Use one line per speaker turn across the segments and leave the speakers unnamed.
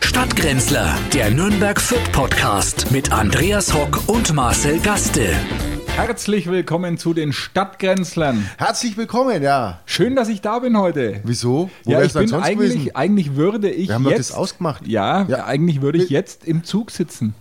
Stadtgrenzler, der Nürnberg Fit Podcast mit Andreas Hock und Marcel Gaste.
Herzlich willkommen zu den Stadtgrenzlern.
Herzlich willkommen, ja.
Schön, dass ich da bin heute.
Wieso? Wo
ja,
wär's
ich bin eigentlich, eigentlich würde ich
Wir haben doch
jetzt
das ausgemacht.
Ja,
Ja.
eigentlich würde ich
Wir-
jetzt im Zug sitzen.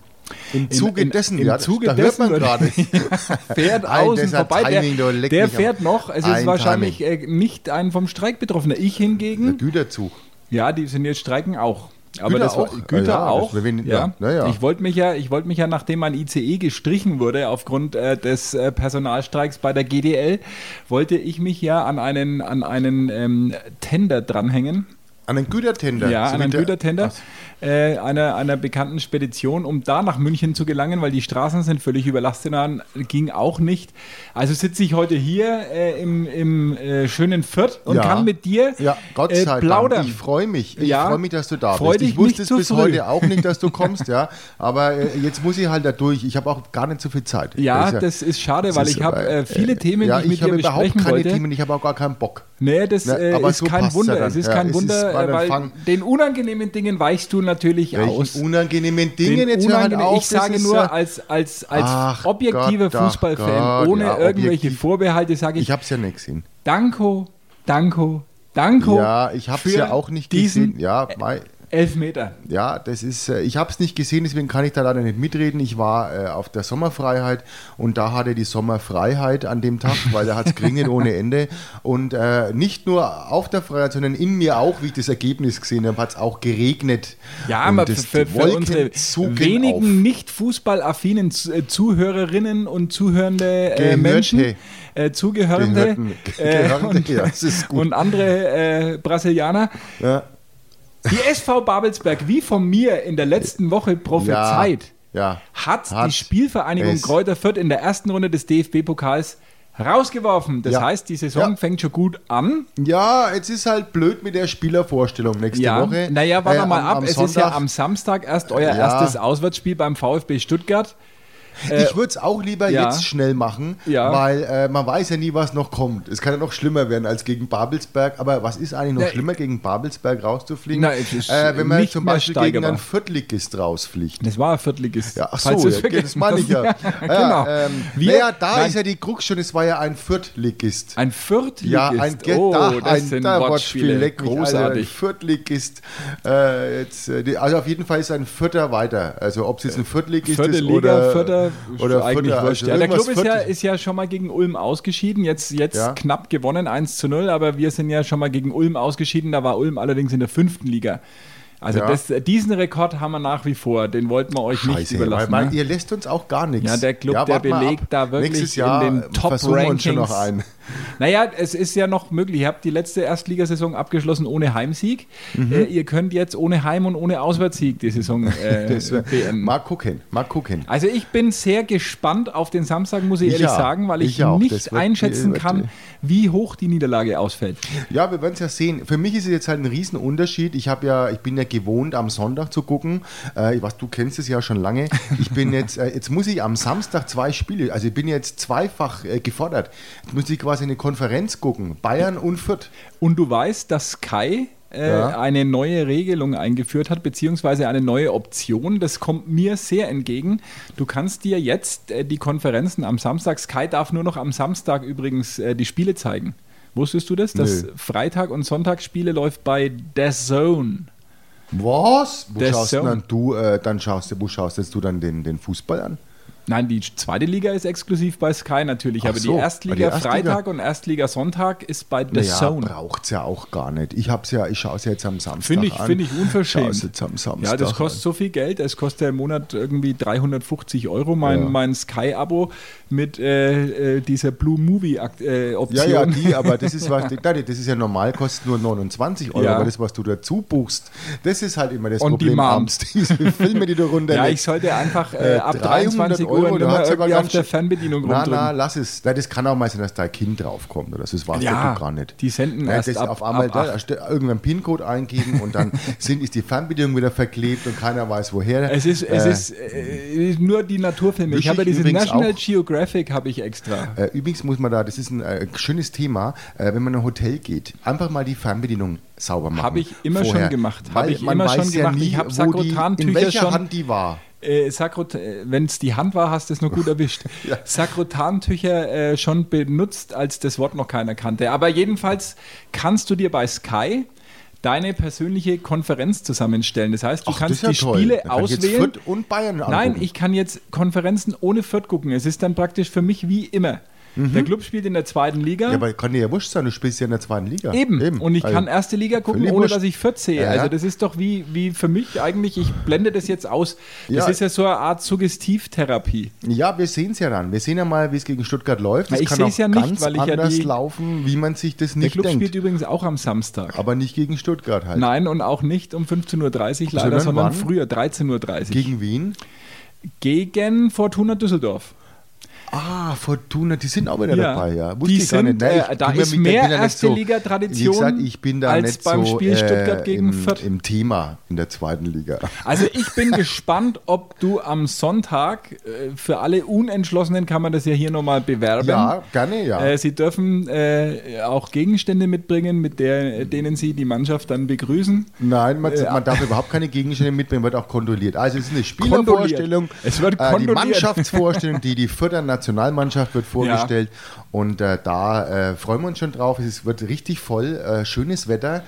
Im Zuge
in-
dessen,
im
ja,
Zuge
da hört man
dessen
gerade.
Fährt
Ein
außen
dieser
vorbei.
Timing, du
der
leck
der
mich am-
fährt noch. Es ist
Ein
wahrscheinlich Hm? äh, nicht ein vom Streik Betroffener. Ich
Der
hingegen,
Güterzug.
ja, die sind jetzt streiken auch. Aber
Güter
das war,
auch? Ah,
Güter
Ja, ja, das
auch.
wär wen- ja, na ja.
Ich wollte mich ja, ich wollte mich ja, nachdem mein ICE E gestrichen wurde aufgrund äh, des äh, Personalstreiks bei der GDL, wollte ich mich ja an einen an einen ähm, Tender dranhängen.
An einen Gütertender.
Ja,
So
an
wie
einem
der-
Gütertender äh, einer, einer bekannten Spedition, um da nach München zu gelangen, weil die Straßen sind völlig überlastet, dann ging auch nicht. Also sitze ich heute hier äh, im, im äh, schönen Fürth und
Ja.
kann mit dir
Ja, Gott
äh,
sei Dank.
plaudern.
Ich freue mich. Ich
Ja.
freue mich, dass du da
Freu
bist.
dich
ich wusste
nicht
es
zu
bis
früh.
heute auch nicht, dass du kommst, ja. Aber äh, jetzt muss ich halt da durch. Ich habe auch gar nicht so viel Zeit.
Ja,
ist
das ist schade,
das
weil
ist
ich habe
aber,
äh, viele Themen,
ja,
die ich mit
habe
dir
überhaupt
besprechen
keine
wollte.
Themen. Ich habe auch gar keinen Bock.
Nee, das
Na,
äh,
aber
ist
so
kein
passt's ja
Wunder.
dann.
es ist
Ja,
kein
es ist-
Wunder,
war
äh,
ein
weil
Fang.
den unangenehmen Dingen weichst du natürlich aus.
Welchen unangenehmen Dingen
Den
jetzt
unangenehm-
hör halt auf.
ich
das
sage
ist
nur,
ja-
als, als, als
Ach
objektiver
Gott, ach
Fußballfan,
Gott,
ohne
ja,
irgendwelche
objektiv.
Vorbehalte, sage ich,
ich habe es ja nicht gesehen.
Danko, Danko, Danko.
Ja, ich habe es
für
ja auch nicht
diesen
gesehen. Ja, mei.
Elfmeter.
Ja, das ist, äh, ich habe es nicht gesehen, deswegen kann ich da leider nicht mitreden. Ich war äh, auf der Sommerfreiheit und da hatte die Sommerfreiheit an dem Tag, weil da hat es geringelt ohne Ende. Und äh, nicht nur auf der Freiheit, sondern in mir auch, wie ich das Ergebnis gesehen habe, hat es auch geregnet.
Ja,
Und
aber
das-
für,
die
für unsere
zogen
wenigen
auf.
nicht fußballaffinen Z- äh, Zuhörerinnen und zuhörende äh,
Gehörte.
Menschen, äh, Zugehörende
Gehörten.
äh,
Gehörte,
und,
ja, das ist gut.
und andere äh, Brasilianer.
Ja.
Die SV Babelsberg, wie von mir in der letzten Woche prophezeit,
ja.
hat,
Hat
die Spielvereinigung
es.
Kräuter Fürth in der ersten Runde des DFB-Pokals rausgeworfen. Das
Ja.
heißt, die Saison
Ja.
fängt schon gut an.
Ja, jetzt ist halt blöd mit der Spielervorstellung nächste Woche.
Naja, warte
Äh,
mal
am-
ab.
am
es ist ja
Sonntag.
am Samstag erst euer
Ja.
erstes Auswärtsspiel beim VfB Stuttgart.
Ich würde es auch lieber
ja.
jetzt schnell machen,
Ja.
weil äh, man weiß ja nie, was noch kommt. Es kann ja noch schlimmer werden als gegen Babelsberg. Aber was ist eigentlich noch
Na,
schlimmer, gegen Babelsberg rauszufliegen,
Na, es ist
äh, wenn man
nicht
zum
mehr
Beispiel gegen
steigerbar.
einen Viertligist rausfliegt?
Das war ein Viertligist.
Ja, ach
falls
so,
du's
ja,
vergessen
das meine ich ja.
hast. genau.
Ja, ähm,
Wir-
naja, da
nein,
ist ja die Krux schon, es war ja ein Viertligist.
ein Viertligist.
Ja, ein Get
oh,
da,
das
ein
sind
da
Wortspiele.
Wortspiel, leck mich, Alter, ein
Großartig.
Viertligist. Äh, jetzt, äh, die- also auf jeden Fall ist ein Vierter weiter. Also ob es jetzt ein Viertligist
Vierte
ist
Liga,
oder
Vierter,
oder
eigentlich
Vierter,
wurscht.
also
ja, der
irgendwas
Club ist ja,
Viertel-
ist ja schon mal gegen Ulm ausgeschieden, jetzt, jetzt
Ja.
knapp gewonnen, 1 zu 0, aber wir sind ja schon mal gegen Ulm ausgeschieden, da war Ulm allerdings in der fünften Liga. Also
Ja.
das, diesen Rekord haben wir nach wie vor, den wollten wir euch nicht
Scheiße,
überlassen.
weil,
ne?
weil ihr lässt uns auch gar nichts.
Ja, der Club, der
wart mal
belegt
ab.
da wirklich
Nächstes Jahr
in den
äh, versuchen wir uns
Top-Rankings.
schon noch ein.
Naja, es ist ja noch möglich. Ihr habt die letzte Erstligasaison abgeschlossen ohne Heimsieg.
Mhm.
Äh, ihr könnt jetzt ohne Heim- und ohne Auswärtssieg die Saison äh,
Das wär-
beenden.
Mal gucken, mal gucken.
Also ich bin sehr gespannt auf den Samstag, muss ich,
Ich
ehrlich
auch.
sagen, weil ich,
Ich auch.
nicht
Das wird-
einschätzen
wird-
kann, wie hoch die Niederlage ausfällt.
Ja, wir werden es ja sehen. Für mich ist es jetzt halt ein Riesenunterschied. Ich habe ja, ich bin ja gewohnt, am Sonntag zu gucken. Äh, ich weiß, du kennst es ja schon lange. Ich bin jetzt, äh, jetzt muss ich am Samstag zwei Spiele, also ich bin jetzt zweifach äh, gefordert. Jetzt muss ich quasi eine Konferenz gucken. Bayern und Fürth.
Und du weißt, dass Sky äh,
Ja.
eine neue Regelung eingeführt hat, beziehungsweise eine neue Option. Das kommt mir sehr entgegen. Du kannst dir jetzt äh, die Konferenzen am Samstag, Sky darf nur noch am Samstag übrigens äh, die Spiele zeigen. Wusstest du das? Dass
Nö.
Freitag- und Sonntagsspiele läuft bei The Zone.
Was? Wo
Das
schaust
so.
denn dann du, äh, dann schaust du, wo schaust jetzt du dann den, den Fußball an?
Nein, die zweite Liga ist exklusiv bei Sky natürlich,
Ach
aber
so,
die
bei
Erstliga,
der Erstliga.
Freitag und Erstliga Sonntag ist bei The
Naja,
Zone.
braucht es ja auch gar nicht. Ich hab's ja, ich schaue es ja jetzt am Samstag
Finde ich,
an.
finde ich unverschämt.
Schau's jetzt am Samstag
ja, das kostet so viel Geld. Es kostet im Monat irgendwie 350 Euro, mein,
Ja.
mein Sky-Abo mit äh, äh, dieser Blue Movie-Option. Äh,
Ja,
Option.
ja, die, aber das ist was, nein, das ist ja normal, kostet nur 29 Euro,
Ja.
aber das, was du dazu buchst, das ist halt immer das
On
Problem
demand.
abends. Diese Filme, die du
Ja, ich
runterlegst.
sollte einfach äh, ab
300
23 Uhr Euro,
Euro,
wenn
da
man
hat's ja
irgendwie
gar
auf
nicht-
der Fernbedienung
Na,
rumdrücken.
na, lass es. Nein, das kann auch mal sein, dass da ein Kind draufkommt oder so. Das warst
Ja,
du gar nicht.
die senden
Nein,
erst
das
ab-
auf einmal
ab
da,
acht.
erst irgendwann PIN-Code eingeben und dann sind, ist die Fernbedienung wieder verklebt und keiner weiß woher.
Es ist, es
Äh,
ist äh, nur die Naturfilme.
Wisch
Ich habe
ich
diesen
übrigens
National
auch.
Geographic habe ich extra.
Äh, übrigens muss man da, das ist ein äh, schönes Thema, äh, wenn man in ein Hotel geht, einfach mal die Fernbedienung sauber machen.
Habe ich immer schon gemacht. Habe
Weil
ich
man
immer
weiß
schon gemacht. Ich habe
wo die-
Sakrotantücher
In welcher
schon-
Hand die war.
Äh, Sakrot, wenn es die Hand war, hast du es noch gut erwischt.
Ja.
Sakrotantücher äh, schon benutzt, als das Wort noch keiner kannte. Aber jedenfalls kannst du dir bei Sky deine persönliche Konferenz zusammenstellen. Das heißt, du
Ach,
kannst
das
die
ist ja toll.
Spiele
Dann kann ich jetzt
auswählen.
Fürth und Bayern
Nein,
angucken.
ich kann jetzt Konferenzen ohne Fürth gucken. Es ist dann praktisch für mich wie immer. Der Club spielt in der zweiten Liga.
Mhm. Ja, aber kann dir ja wurscht sein, du spielst ja in der zweiten Liga.
Eben. Und ich
Also,
kann erste Liga gucken,
völlig
ohne
wurscht.
dass ich 14 sehe.
Ja, ja.
Also das ist doch wie, wie für mich eigentlich, ich blende das jetzt aus. Das
Ja.
ist ja so eine Art Suggestivtherapie.
Ja, wir sehen es ja dann. Wir sehen ja mal, wie es gegen Stuttgart läuft.
Ja,
Es
ich
kann
seh's
auch
ja nicht,
ganz
weil ich ja
anders
die-
laufen, wie man sich das
Der
nicht
Club spielt
denkt.
übrigens auch am Samstag.
Aber nicht gegen Stuttgart halt.
Nein, und auch nicht um 15.30 Uhr leider,
Sondern
sondern
wann?
früher, 13.30 Uhr.
Gegen wen?
gegen Fortuna Düsseldorf.
Ah, Fortuna, die sind auch wieder
Ja.
dabei, ja.
Die
ich gar
sind,
Nein,
äh, da
bin mir
ist
mit-
mehr
bin da nicht
erste Liga-Tradition
Wie gesagt, ich bin da
als
nicht
beim
so, äh,
Spiel Stuttgart gegen
im,
Fürth.
im Thema in der zweiten Liga.
Also ich bin gespannt, ob du am Sonntag, äh, für alle Unentschlossenen kann man das ja hier nochmal bewerben.
Ja, gerne, ja.
Äh, Sie dürfen äh, auch Gegenstände mitbringen, mit der, denen Sie die Mannschaft dann begrüßen.
Nein, man, man darf überhaupt keine Gegenstände mitbringen, wird auch kontrolliert. Also es ist eine Spielervorstellung, Äh,
Kondoliert. Es wird
die
kondoliert.
Mannschaftsvorstellung, die die Förder Nationalmannschaft wird vorgestellt und äh, da äh, freuen wir uns schon drauf. Es ist, wird richtig voll, äh, schönes Wetter.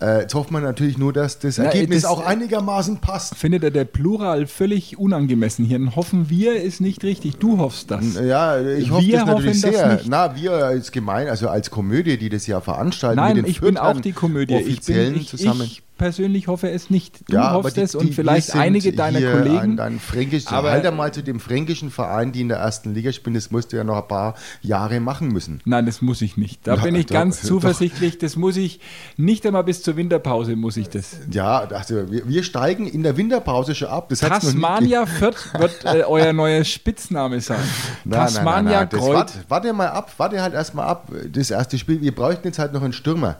Äh, jetzt hofft man natürlich nur, dass das
Na,
Ergebnis
das-
auch einigermaßen passt.
Findet er der Plural völlig unangemessen hier? Ein Hoffen wir ist nicht richtig. Du hoffst das.
Ja, ich hoffe
Wir
das natürlich
hoffen das
sehr.
nicht.
Na, wir als Gemein, also als Komödie, die das ja veranstalten,
Nein,
mit den
ich bin
Fürthern
auch die Komödie. Ich, bin,
offiziellen
ich,
zusammen.
ich persönlich hoffe es nicht. Du
Ja, aber
hoffst
die-
es
die-
und
wir
vielleicht
sind
einige deiner
hier
Kollegen.
Ein, ein Fränkisch,
Aber-
aber halt einmal zu dem fränkischen Verein, die in der ersten Liga spielen, das musst du ja noch ein paar Jahre machen müssen.
Nein, das muss ich nicht. Da
Na,
bin ich
doch,
ganz
doch.
zuversichtlich. Das muss ich nicht einmal bis zur Winterpause muss ich das.
Ja, also wir, wir steigen in der Winterpause schon ab. Das hat's noch nie ge-
Tasmania Fürth wird äh, euer neuer Spitzname sein.
Nein, nein, nein,
Tasmania
nein, das
Kreuz.
wart- Warte mal ab, warte halt erstmal ab. Das erste Spiel, wir bräuchten jetzt halt noch einen Stürmer.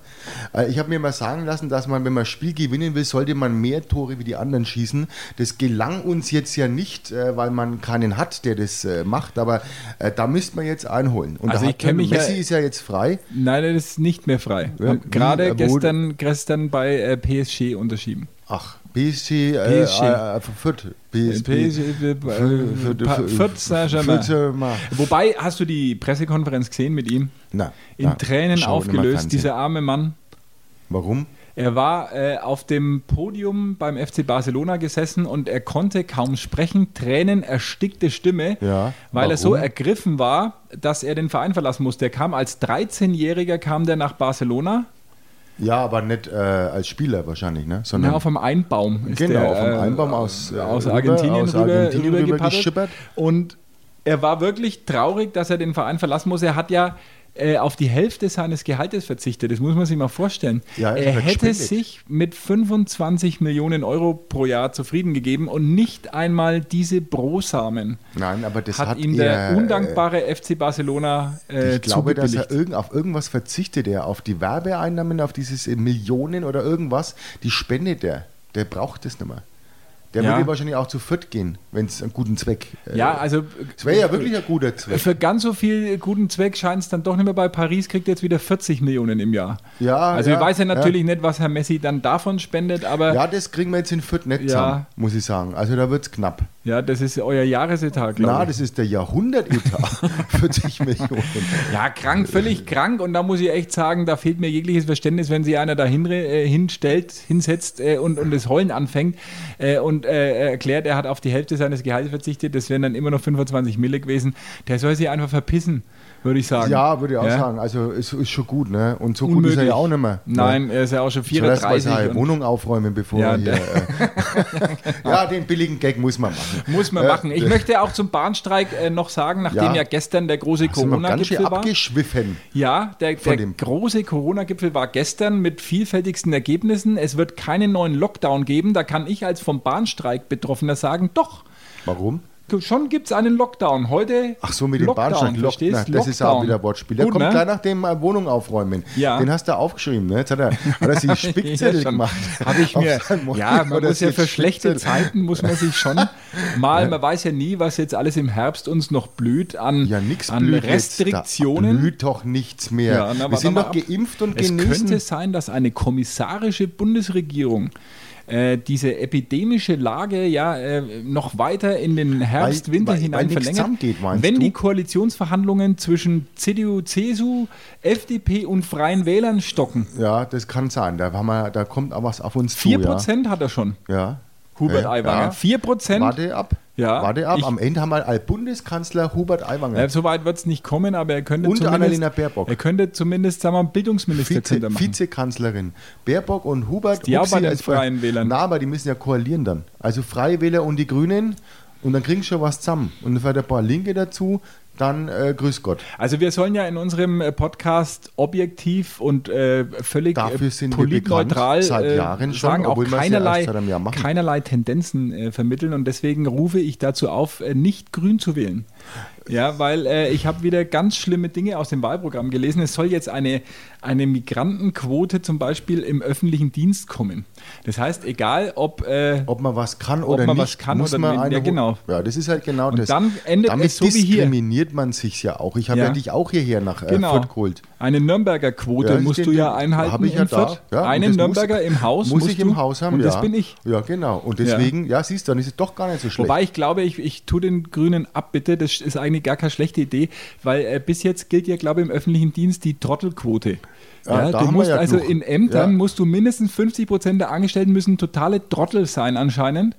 Äh, Ich habe mir mal sagen lassen, dass man, wenn man ein Spiel gewinnen will, sollte man mehr Tore wie die anderen schießen. Das gelang uns jetzt ja nicht, äh, weil man keinen hat, der das äh, macht. Aber äh, da müsste man jetzt einholen. Und
Also
da
ich
hat
kenn
man-
mich ja-
Messi ist ja jetzt frei.
Nein, das ist nicht mehr frei.
Ja,
Hab Gerade
wie, äh, wo-
gestern, gestern bei äh, PSG unterschrieben.
Ach, PSG, äh,
PSG.
Äh, Fürth.
PSG, äh, Pa- Fürth Saint-Germain.
Saint-Germain.
Wobei, hast du die Pressekonferenz gesehen mit ihm?
äh, Na,
In
na,
Tränen
schau nicht mal
aufgelöst,
Fernsehen.
dieser arme Mann.
Warum?
Er war äh, auf dem Podium beim FC Barcelona gesessen und er konnte kaum sprechen, Tränen erstickte Stimme,
Ja,
weil er
warum?
so ergriffen war, dass er den Verein verlassen musste. Er kam als 13-Jähriger kam der nach Barcelona,
Ja, aber nicht äh, als Spieler wahrscheinlich, ne?
na,
Sondern
auf dem Einbaum ist
Genau,
der,
auf dem
äh,
Einbaum aus, äh,
aus
rüber-
Argentinien,
aus
rüber,
Argentinien
rüber,
rüber
gepaddelt.
geschippert.
Und er war wirklich traurig, dass er den Verein verlassen muss. Er hat ja äh, auf die Hälfte seines Gehaltes verzichtet. Das muss man sich mal vorstellen.
Ja, er
er
hat halt
hätte
gespendet.
sich mit 25 Millionen Euro pro Jahr zufrieden gegeben und nicht einmal diese Brosamen
Nein, aber das
hat,
hat,
ihm der
eher,
undankbare FC Barcelona äh,
Ich glaube, dass
zugebilligt.
er irgend, auf irgendwas verzichtet er, auf die Werbeeinnahmen, auf dieses äh, Millionen oder irgendwas, die spendet er. Der braucht das nicht mehr. Der
Ja.
würde wahrscheinlich auch zu viert gehen, wenn es einen guten Zweck. äh,
ja, also
es wäre ja wirklich ein guter Zweck.
Äh, Für ganz so viel guten Zweck scheint es dann doch nicht mehr bei Paris, kriegt jetzt wieder 40 Millionen im Jahr.
Ja,
Also
ja,
ich weiß ja
ja.
natürlich nicht, was Herr Messi dann davon spendet, aber ja,
Ja, das kriegen wir jetzt in Fürth nicht
Ja.
zusammen, muss ich sagen. Also da wird es knapp.
das ist euer Jahresetat,
Na,
glaube ich.
das ist der Jahrhundertetat. 40 Millionen.
Ja, krank, völlig krank. Und da muss ich echt sagen, da fehlt mir jegliches Verständnis, wenn sich einer da äh, hinstellt, hinsetzt äh, und, und das Heulen anfängt äh, und äh, erklärt, er hat auf die Hälfte seines Gehalts verzichtet, das wären dann immer noch 25 Mille gewesen. Der soll sich einfach verpissen, würde ich sagen.
Ja, würde ich auch
Ja.
sagen. Also ist, ist schon gut, ne? Und so gut ist er
Unmöglich.
ja auch nicht mehr. ne?
Nein, er ist ja auch schon
Zuerst mal seine
34. und-
Wohnung aufräumen, bevor
Ja,
er hier. Äh, ja, den billigen Gag muss man machen.
Muss man
Äh,
machen. Ich möchte auch zum Bahnstreik äh, noch sagen, nachdem ja,
Ja.
gestern der große
Sind wir ganz schön
Corona-Gipfel war.
abgeschwiffen.
Ja, der, der
dem-
große Corona-Gipfel war gestern mit vielfältigsten Ergebnissen. Es wird keinen neuen Lockdown geben. Da kann ich als vom Bahnstreik Betroffener sagen, doch,
Warum?
Schon gibt es einen Lockdown. Heute.
Ach so, mit dem Bahnsteig. Lock,
verstehst?
na, das ist auch wieder Wortspiel. Der
Gut,
kommt
ne?
gleich nach dem äh, Wohnung aufräumen.
Ja.
Den hast du aufgeschrieben. Ne? Jetzt hat er, hat er sich Spickzettel
schon.
gemacht.
Habe ich
Auf
mir.
seinem Monitor,
Ja, man
das
muss ja
steht
für schlechte
Spickzettel.
Zeiten muss man sich schon mal, man weiß ja nie, was jetzt alles im Herbst uns noch blüht an,
Ja, nichts
an
blüht jetzt. Da
Restriktionen.
blüht doch nichts mehr.
Ja, na,
Wir
warte
sind
mal
doch
ab.
geimpft und
es könnte
genesen.
sein, dass eine kommissarische Bundesregierung äh, diese epidemische Lage ja äh, noch weiter in den Herbst,
Weil-
Winter
weil- weil
hinein
nichts
verlängert,
zusammengeht, meinst
wenn
du?
die Koalitionsverhandlungen zwischen CDU, CSU, FDP und Freien Wählern stocken.
Ja, das kann sein. Da, haben wir, da kommt auch was auf uns zu.
4%
Oh Ja.
Prozent hat er schon,
Ja.
Hubert
Ja.
Aiwanger. 4%. Prozent.
Warte ab.
Ja,
Warte ab.
ich-
Am Ende haben wir als Bundeskanzler Hubert Aiwanger.
Ja, so weit wird es nicht kommen, aber er könnte
Und
zumindest,
Annalena Baerbock.
Er könnte zumindest, sagen wir mal, Bildungsminister
Vize,
könnte er machen.
Vizekanzlerin Baerbock und Hubert.
die ja
Upsi
bei den
als-
Freien Wählern.
Na, aber die müssen ja koalieren dann. Also Freie Wähler und die Grünen und dann kriegen sie schon was zusammen. Und dann fährt ein paar Linke dazu, dann äh, grüß Gott.
Also wir sollen ja in unserem äh, Podcast objektiv und äh, völlig
Dafür sind
äh,
wir
politneutral
bekannt, seit
äh,
Jahren schon,
sagen, auch
obwohl wir es ja
keinerlei,
erst seit einem Jahr machen.
keinerlei Tendenzen äh, vermitteln und deswegen rufe ich dazu auf, äh, nicht grün zu wählen. Ja, weil äh, ich habe wieder ganz schlimme Dinge aus dem Wahlprogramm gelesen. Es soll jetzt eine, eine Migrantenquote zum Beispiel im öffentlichen Dienst kommen. Das heißt, egal ob... Äh,
Ob man was kann
Ob
oder
man
nicht,
was kann
muss
oder
man
nicht.
eine
Ja,
ho-
genau.
Ja, das ist halt genau
Und
das.
dann endet
Damit
es so wie hier.
diskriminiert man sich ja auch. Ich habe ja.
Ja.
dich auch hierher nach äh,
Genau.
Fürth geholt.
Eine Nürnberger Quote
Ja, ich
musst
den-
du ja
den
einhalten.
hab ich ja
in
da.
Fürth.
Ja, und
Einen
das
Nürnberger
muss,
im Haus
muss
musst
ich
du-
im Haus haben.
Und
ja.
das bin ich.
Ja, genau. Und deswegen, ja, siehst du, dann ist es doch gar nicht so schlecht.
Wobei ich glaube, ich, ich tue den Grünen ab, bitte. Das ist eigentlich gar keine schlechte Idee, weil äh, bis jetzt gilt ja, glaube ich, im öffentlichen Dienst die Trottelquote.
Ja,
Ja,
da
du
haben wir
musst
ja
also
genug.
in Ämtern
Ja.
musst du mindestens 50 Prozent der Angestellten müssen totale Trottel sein anscheinend,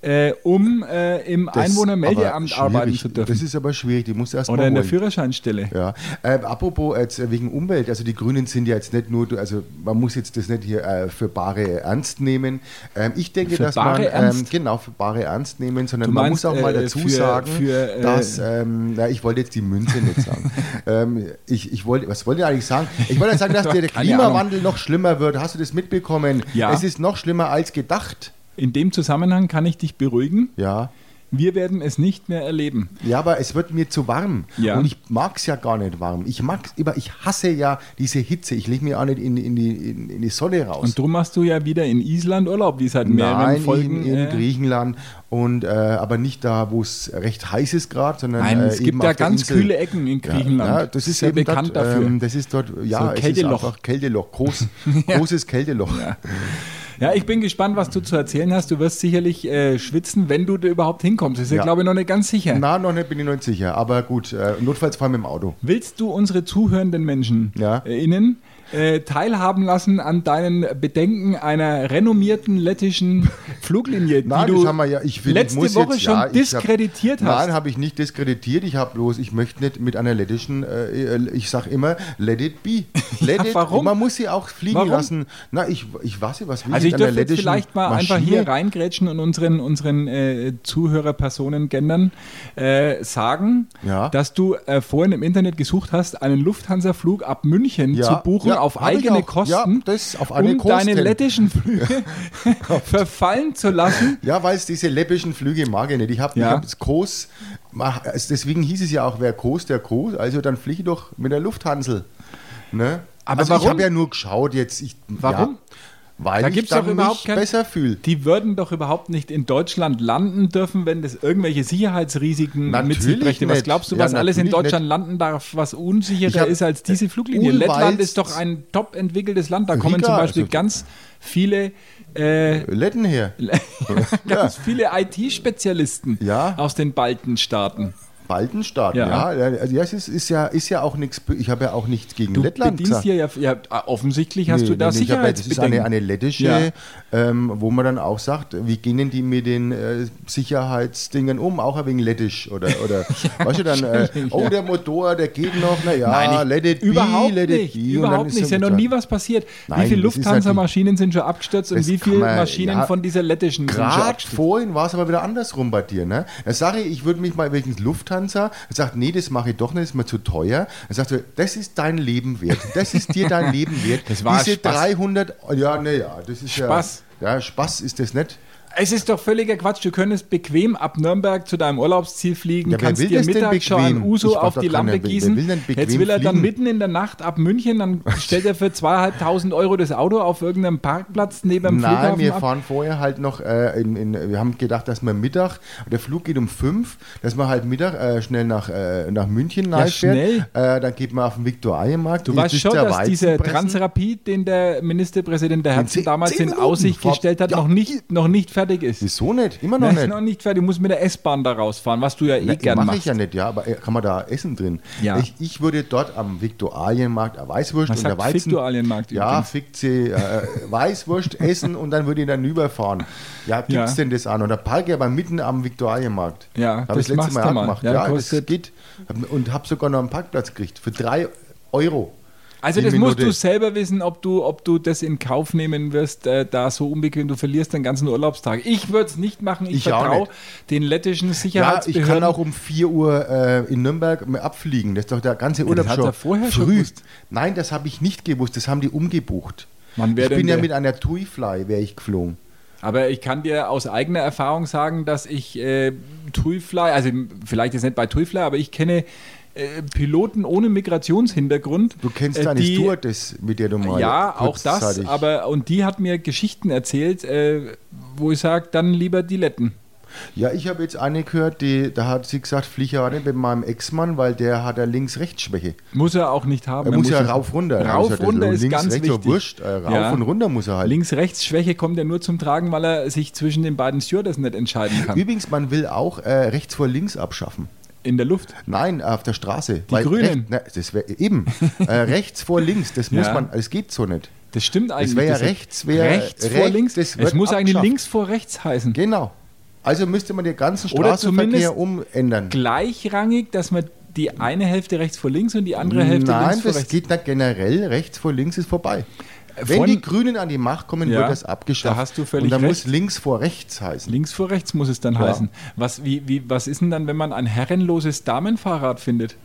äh, um äh, im
Das-
Einwohnermeldeamt
aber
arbeiten
schwierig.
zu dürfen.
Das ist aber schwierig, die muss erst
Oder
mal
in der
holen.
Führerscheinstelle.
Ja, ähm, apropos jetzt äh, wegen Umwelt, also die Grünen sind ja jetzt nicht nur, also man muss jetzt das nicht hier äh, für bare Ernst nehmen. Ähm, ich denke,
Für
dass
bare
man ähm,
Ernst?
genau für bare Ernst nehmen, sondern
Du
man
meinst,
muss auch mal
äh,
dazu
für-
sagen,
für, äh,
dass ähm, na, ich wollte jetzt die Münze nicht sagen. ähm, ich, ich wollte, was wollte ich eigentlich sagen? Ich wollte sagen, dass der der
Keine
Klimawandel noch schlimmer wird. Hast du das mitbekommen?
Ja.
Es ist noch schlimmer als gedacht.
In dem Zusammenhang kann ich dich beruhigen.
Ja.
Wir werden es nicht mehr erleben.
Ja, aber es wird mir zu warm.
Ja.
Und ich mag's ja gar nicht warm. Ich mag's über, ich hasse ja diese Hitze. Ich lege mich auch nicht in, in, die, in, in die Sonne raus.
Und drum machst du ja wieder in Island Urlaub, wie seit mehreren
Nein,
Folgen.
in, in
äh,
Griechenland. Und, äh, aber nicht da, wo es recht heiß ist gerade, sondern
Nein,
äh,
es gibt
eben
ja
auf der
ganz
Insel.
kühle Ecken in Griechenland.
Ja, ja, das ist
Sehr
eben
bekannt
dort,
dafür.
Ähm, das ist dort, ja,
So Kälteloch.
es ist einfach Kälteloch, groß, großes Kälteloch.
Ja, ich bin gespannt, was du zu erzählen hast. Du wirst sicherlich äh, schwitzen, wenn du da überhaupt hinkommst. Ist ja,
Ja.
glaube ich, noch nicht ganz sicher.
Na, noch nicht, bin ich noch nicht sicher. Aber gut, äh, notfalls fahren wir im Auto.
Willst du unsere zuhörenden Menschen
Ja.
äh, innen äh, teilhaben lassen an deinen Bedenken einer renommierten lettischen Fluglinie,
Nein,
die
das
du
haben wir ja. Ich finde,
letzte
ich muss
Woche
jetzt,
schon
ja, ich hab-
diskreditiert hast?
Nein, habe ich nicht diskreditiert. Ich habe bloß, ich möchte nicht mit einer lettischen, äh, äh, ich sage immer, let it be. Let
Ja,
it,
warum?
Man muss sie auch fliegen
Warum?
lassen. Na, ich, ich weiß nicht, was will
Also ich
mit einer
dürfte jetzt
lettischen
vielleicht mal einfach
Maschine?
hier reingrätschen und unseren, unseren äh, Zuhörerpersonen, Gendern äh, sagen,
Ja.
dass du äh, vorhin im Internet gesucht hast, einen Lufthansa-Flug ab München
Ja,
zu buchen
ja,
auf
hab ich
eigene
auch. Ja,
Kosten,
das auf eigene
um deine
Kosten.
lettischen Flüge verfallen zu lassen.
Ja, weil es diese läppischen Flüge mag ich nicht. Ich habe
Ja.
ja. hab Kurs, mach- also deswegen hieß es ja auch, wer Kurs, der Kurs. Also dann fliege ich doch mit der Lufthansel. Ne?
Aber
also ich
warum?
habe ja nur geschaut jetzt. Ich,
Warum?
Ja, weil
Da
ich
gibt's
dann
doch überhaupt
mich
kein-
besser fühle.
Die würden doch überhaupt nicht in Deutschland landen dürfen, wenn das irgendwelche Sicherheitsrisiken mit sich
Natürlich
brächte. Was
nicht.
glaubst du,
Ja,
was alles in
natürlich
Deutschland landen darf, was
Ich
unsicherer
hab-
ist als diese Fluglinie?
Unweiz-
Lettland ist doch ein top entwickeltes Land. Da kommen
Riga,
zum Beispiel
also-
ganz viele, äh,
Letten her.
ganz viele IT-Spezialisten
Ja.
aus den Baltenstaaten.
Baltenstaaten, ja.
Ja.
ja. Also das ist, ist, ja, ist ja auch nichts, ich habe ja auch nichts gegen
Du
Lettland
bedienst
gesagt.
hier ja, ja, offensichtlich hast
Nee,
du da
nee, nee, ich hab ja- das ist
Sicherheitsbedenken.
eine, eine lettische,
Ja.
ähm, wo man dann auch sagt, wie gehen denn die mit den äh, Sicherheitsdingen um? Auch ein wenig lettisch oder, oder weißt du dann, äh, oh, der Motor, der geht noch, naja,
Nein,
Ah, let it be,
überhaupt
let it
nicht.
be. und dann
Überhaupt nicht. Es ist ja
gut
noch
sein.
nie was passiert.
Nein,
wie viele
das ist
Lufthansa-Maschinen sind schon abgestürzt und
Das
wie
kann
viele
man-
Maschinen
ja.
von dieser lettischen sind schon
Gerade
abgestürzt?
vorhin war es aber wieder andersrum bei dir, ne? Er sagt, ich würde mich mal wegen Lufthansa. Er sagt, nee, das mache ich doch nicht, ist mir zu teuer. Er sagt, das ist dein Leben wert. Das ist dir dein Leben wert.
Das war
Diese
Spaß.
300, ja, naja, das ist
Spaß.
ja. Ja, Spaß ist das nicht.
Es ist doch völliger Quatsch. Du könntest bequem ab Nürnberg zu deinem Urlaubsziel fliegen,
Ja, wer
kannst
will
dir
das denn
mittags schon ein
bequem?
Uso
Ich glaub,
auf
da
die
kann
Lampe
ja- wer- wer
gießen.
will denn bequem
Jetzt will er dann
fliegen?
mitten in der Nacht ab München, dann stellt er für zweieinhalbtausend Euro das Auto auf irgendeinem Parkplatz neben dem
Nein,
Flughafen
wir
ab.
fahren vorher halt noch, äh, in, in, wir haben gedacht, dass wir Mittag, der Flug geht um fünf, dass man halt Mittag äh, schnell nach, äh, nach München ja,
schnell.
Äh, dann geht man auf den Viktualienmarkt.
Du weißt schon, dass dieser Transrapid, den der Ministerpräsident der Herzen
zehn-
damals
zehn
in
Minuten
Aussicht
fort-
gestellt hat,
Ja.
noch, nicht, noch nicht fertig ist.
Wieso nicht? Immer noch
Nein,
nicht.
noch nicht fertig. Du musst mit der S-Bahn da rausfahren, was du ja eh
Na,
gern
mach
machst.
ich ja nicht, ja, aber äh, kann man da Essen drin?
Ja.
Ich, ich würde dort am Viktualienmarkt eine Weißwurst
Man
und eine
sagt
Weizen.
Viktualienmarkt
ja,
übrigens.
fickt sie äh, Weißwurst essen und dann würde ich dann rüberfahren. Ja, gibt's
Ja.
denn das an? Und da parke ich aber mitten am Viktualienmarkt.
Ja,
Hab
das
ich letztes
machst
Mal
du
auch
mal.
gemacht.
Ja,
Ja, das
kostet-
geht. Hab- Und habe sogar noch einen Parkplatz gekriegt für drei Euro.
Also
die
das musst
Minute.
du selber wissen, ob du, ob du das in Kauf nehmen wirst, äh, da so unbequem, du verlierst den ganzen Urlaubstag. Ich würde es nicht machen, ich,
Ich auch
vertraue
nicht.
den lettischen
Ja, ich
Sicherheitsbehörden.
kann auch um 4 Uhr äh, in Nürnberg abfliegen. Das ist doch der ganze Urlaub
hat
schon
er vorher schon
früh.
gewusst.
Nein, das habe ich nicht gewusst. Das haben die umgebucht.
Wann wär
ich
denn
bin ja
der-
mit einer TUI-Fly wäre ich geflogen.
Aber ich kann dir aus eigener Erfahrung sagen, dass ich äh, Tuifly, also m- vielleicht jetzt nicht bei Tuifly, aber ich kenne äh, Piloten ohne Migrationshintergrund.
Du kennst
äh,
deine
die-
Stewardess, mit der du mal
Ja, auch das,
kurzzeitig-
aber und die hat mir Geschichten erzählt, äh, wo ich sage, dann lieber die Letten.
Ja, ich habe jetzt eine gehört, die, da hat sie gesagt, fliege ja nicht mit meinem Ex-Mann, weil der hat ja Links-Rechts-Schwäche.
Muss er auch nicht haben.
Er
er
muss ja rauf, runter. Da hab ich
Rauf,
gesagt, das
runter ist
links,
ganz
rechts,
wichtig.
so wurscht. Äh, rauf
Ja.
und runter muss er halt.
Links-Rechts-Schwäche kommt ja nur zum Tragen, weil er sich zwischen den beiden Stewardessen nicht entscheiden kann.
Übrigens, man will auch äh, rechts vor links abschaffen.
In der Luft.
Nein, auf der Straße. Die
Grünen.
Recht, na, das wär, eben. äh, rechts vor links, das muss
Ja.
man, das geht so nicht.
Das stimmt eigentlich.
wär ja
Das-
rechts, wär-
rechts vor
rechts,
links.
das
Es
wird
muss eigentlich
abgeschafft.
links vor rechts heißen.
Genau. Also müsste man den ganzen
Oder zumindest
Straßenverkehr umändern.
Gleichrangig, dass man die eine Hälfte rechts vor links und die andere Hälfte
Nein,
links vor
das
rechts. Äh,
geht nicht generell. Rechts vor links ist vorbei. Wenn
von-
die Grünen an die Macht kommen,
Ja,
wird das abgeschafft.
da hast du völlig
Und dann
recht.
muss links vor rechts heißen.
Links vor rechts muss es dann heißen. Was, wie, wie, was ist denn dann, wenn man ein herrenloses Damenfahrrad findet?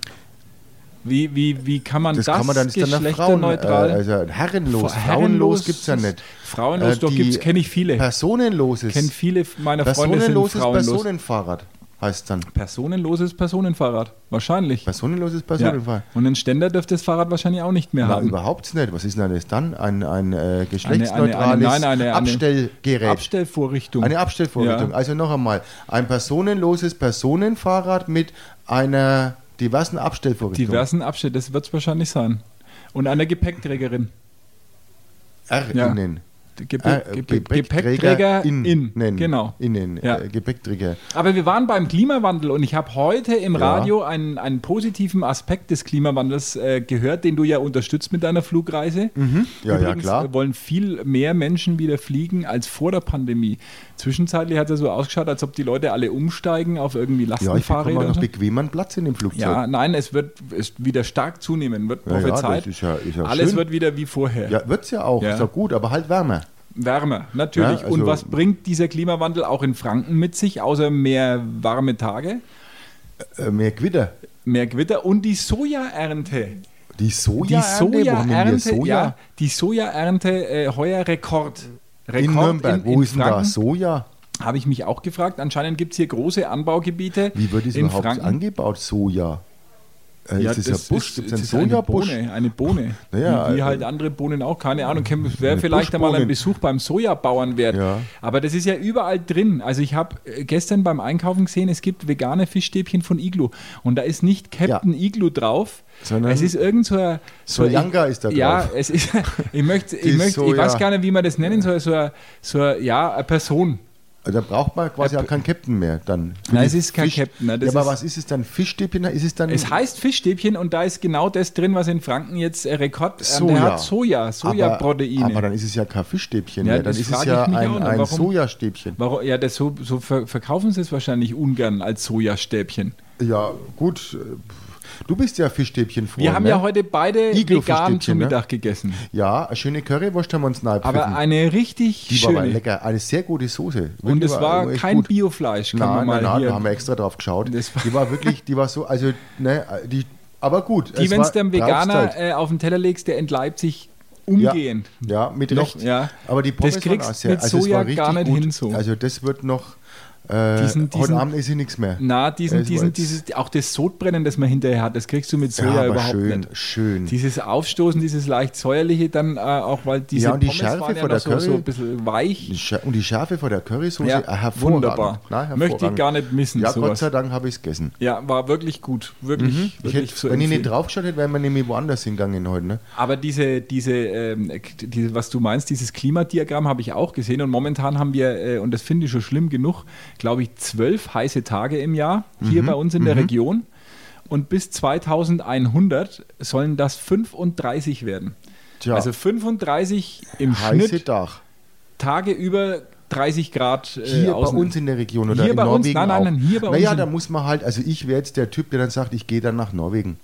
Wie, wie, wie kann man das,
Das, kann man dann, ist dann nach Frauen. Äh,
geschlechterneutral?
also herrenlos.
Fra-
Frauenlos gibt es ja nicht.
Frauenlos,
Äh,
doch
die
gibt's, kenne ich viele.
Personenloses.
Kennen viele meiner Freunde sind
Personenloses
frauenlos.
Personenfahrrad heißt dann.
Personenloses Personenfahrrad, wahrscheinlich.
Personenloses
Ja.
Personenfahrrad.
Und ein Ständer dürfte das Fahrrad wahrscheinlich auch nicht mehr
Na,
haben.
überhaupt nicht. Was ist denn das dann? Ein, ein äh, geschlechtsneutrales
nein, eine- eine-
Abstellgerät.
Abstellvorrichtung.
eine Abstellvorrichtung.
Ja.
Also noch einmal, ein personenloses Personenfahrrad mit einer diversen Abstellvorrichtung.
Diversen Abschnitt, das wird es wahrscheinlich sein. Und einer Gepäckträgerin.
R
Ja.
innen.
Gebe
R-
Gebe Gepäckträger in.
innen.
Genau.
Innen.
Ja.
Äh, Gepäckträger.
Aber wir waren beim Klimawandel und ich habe heute im
Ja.
Radio einen, einen positiven Aspekt des Klimawandels äh, gehört, den du ja unterstützt mit deiner Flugreise.
Mhm. Ja, ja,
Übrigens
klar.
äh, wollen viel mehr Menschen wieder fliegen als vor der Pandemie. Zwischenzeitlich hat es so ausgeschaut, als ob die Leute alle umsteigen auf irgendwie
Ja, ich bekomme
Lastenfahrräder.
auch
und
noch
so.
bequemeren Platz in dem Flugzeug.
ja, nein, es wird es wieder stark zunehmen, wird
Ja, ja,
prophezeit.
das ist ja- ist ja
Alles
schön.
wird wieder wie vorher.
Ja, wird's ja auch,
Ja.
ist ja gut, aber halt wärmer.
Wärme, natürlich.
Ja, also-
und was bringt dieser Klimawandel auch in Franken mit sich, außer mehr warme Tage,
Äh, mehr Gewitter.
mehr Gewitter und die Sojaernte?
Die
Die
Sojaernte, warum nehmen
Sojaernte,
wir Soja?
ja, die Sojaernte äh, heuer Rekord. Rekord
In Nürnberg, wo ist denn da
Franken.
Soja?
Habe ich mich auch gefragt. Anscheinend gibt es hier große Anbaugebiete.
Wie wird es
in
überhaupt
Franken.
angebaut, Soja? Äh,
Ja,
ist das,
das
ein Busch?
ist-
Gibt es einen
das ist eine
Sojabusch?
Bohne, eine Bohne.
Naja,
wie, wie
äh,
halt andere Bohnen auch, keine Ahnung. Wäre
eine
vielleicht einmal ein
Buschbohne.
Besuch beim Sojabauern wert.
Ja.
Aber das ist ja überall drin. Also ich habe äh, gestern beim Einkaufen gesehen, es gibt vegane Fischstäbchen von Iglu. Und da ist nicht Captain Iglu drauf.
Sondern
es ist irgend so ein... so ein-
Sojanga ist da
Ja,
drauf.
es ist, ich, möchte, ich,
Die
möchte, ich
Soja-
weiß gar nicht, wie man das nennen soll. So ein, so ein, ja, eine Person.
Da braucht man quasi
Ja,
auch keinen Captain mehr. Dann Für
Nein,
die
es ist kein Captain, ne,
Ja,
das
aber
ist-
was ist es dann? Fischstäbchen? Ist es dann.
Es heißt Fischstäbchen und da ist genau das drin, was in Franken jetzt äh, Rekord Soja. Der hat Soja, Sojaproteine.
Aber, aber dann ist es ja kein Fischstäbchen
Ja,
mehr. Dann
das
ist es
frage
ja
ich mich
ein,
auch noch,
ein
warum-
Sojastäbchen.
Warum, ja, das so, so ver verkaufen sie es wahrscheinlich ungern als Sojastäbchen.
Ja, gut. äh, Du bist ja Fischstäbchen-Freund.
Wir haben
ne?
ja heute beide vegan
Iglo-Fischstäbchen,
zu
ne?
Mittag gegessen.
Ja, eine schöne Currywurst haben wir uns nahe
Aber eine richtig
Die war aber
schöne.
lecker. Eine sehr gute Soße. Wirklich
und es war
echt
kein
gut.
Biofleisch, kann man
Nein,
mal
nein, nein,
hier.
da haben wir extra drauf geschaut.
Das war-
die war wirklich, die war so, also, ne, die, aber gut.
die,
es
wenn es
war
dem Veganer
Trafzeit.
äh, auf den Teller legst, der entleibt sich Umgehend.
Ja, mit
Noch,
Recht.
ja.
Aber die Pommes
Das
waren
kriegst
auch sehr,
mit
also es war
Soja
richtig
gar nicht
gut.
hin so.
Also das wird noch, äh,
Diesen-
heute
diesen-
Abend ist hier nichts mehr.
Na, diesen,
Es war
diesen,
jetzt-
dieses, auch das Sodbrennen, das man hinterher hat, das kriegst du mit Soja
aber
überhaupt
schön,
nicht.
schön.
Dieses Aufstoßen, dieses leicht säuerliche, dann äh, auch, weil diese
Ja, und die
Pommes
Schärfe
waren ja
von der
noch so, so
Curry.
ein bisschen weich.
Die Scha- Und die Schärfe von der Currysoße,
Ja,
ah, hervorragend.
wunderbar.
Na, hervorragend.
Möchte ich gar nicht missen,
Ja, Gott
sowas.
sei Dank habe ich es gegessen.
Ja, war wirklich gut. Wirklich,
Mhm. Ich
wirklich
hätte,
zu
wenn ich nicht
empfehlen.
draufgeschaut hätte, wären wir nämlich woanders hingegangen heute. Ne?
Aber diese, diese, ähm, k- diese, was du meinst, dieses Klimadiagramm habe ich auch gesehen und momentan haben wir, äh, und das finde ich schon schlimm genug, glaube ich, zwölf heiße Tage im Jahr
Mhm,
hier bei uns in der Region und bis 2100 sollen das 35 werden.
Tja.
Also 35 im
Heiße
Schnitt
Dach.
Tage über 30 Grad äh,
Hier
außen.
bei uns in der Region oder
Hier
in
bei uns?
Norwegen
Nein, nein,
auch.
nein, hier bei
naja,
uns in-
da muss man halt, also ich wäre jetzt der Typ, der dann sagt, ich gehe dann nach Norwegen.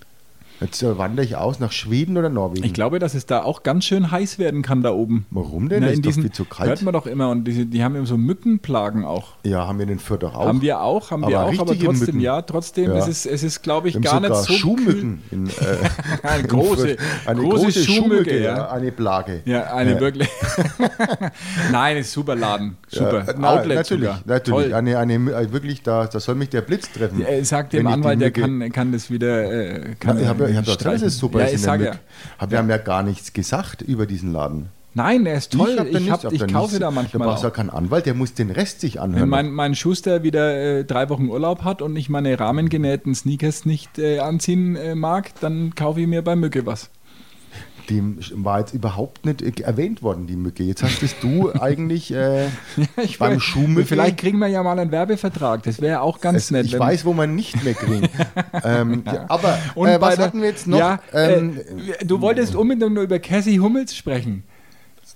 Jetzt äh, wandere ich aus nach Schweden oder Norwegen.
Ich glaube, dass es da auch ganz schön heiß werden kann da oben.
Hm. Warum denn?
Na,
Das
in
ist doch
diesen,
viel zu kalt.
Hört man doch immer und diese, die haben eben so Mückenplagen auch.
ja, haben wir den Fürth doch auch.
Haben wir auch, haben wir
Aber
auch, aber
richtige
trotzdem,
Mücken.
ja, trotzdem,
Ja.
es ist, es ist glaube ich,
Wir
gar
haben
nicht
sogar
so
Schuhmücken. In, äh,
kühl. Eine
in
große,
Fürth. eine
große, Schuhmücke,
ja,
ja.
Eine Plage.
Ja, eine wirklich. Nein, ist super Laden, super.
Ja, na,
Outlet
Äh, natürlich,
sogar.
natürlich.
Toll.
Eine, eine, wirklich, da, da soll mich der Blitz treffen.
Er sagt dem
wenn ich die
Anwalt, der
Mücke-
kann, kann das wieder. Äh, kann
Na, ich habe ja, ich hab doch gesagt,
streichen.
dass es super
ja,
ist
ich
in der
sag
Mück.
ja.
Hab, wir haben ja gar nichts gesagt über diesen Laden.
Nein, er ist
hab
toll.
da
Ich,
nichts,
hab,
hab
ich
da
kaufe
nichts.
da
Da
manchmal.
brauchst du
Auch.
auch keinen Anwalt, der muss den Rest sich
Wenn
anhören.
mein, mein Schuster wieder äh, drei Wochen Urlaub hat und ich meine rahmengenähten Sneakers nicht äh, anziehen äh, mag, dann kaufe ich mir bei Mücke was.
Dem war jetzt überhaupt nicht äh, erwähnt worden, die Mücke. Jetzt hast es du eigentlich äh,
Ich
beim
weiß,
Schuhmücke.
Vielleicht kriegen wir ja mal einen Werbevertrag. Das wäre ja auch ganz
Es-
nett.
ich
wenn-
weiß, wo man nicht mehr kriegt. ähm, ja, aber
Und
äh,
bei
was
der-
hatten wir jetzt noch?
Ja,
ähm,
äh, du wolltest unbedingt nur über Cassie Hummels sprechen.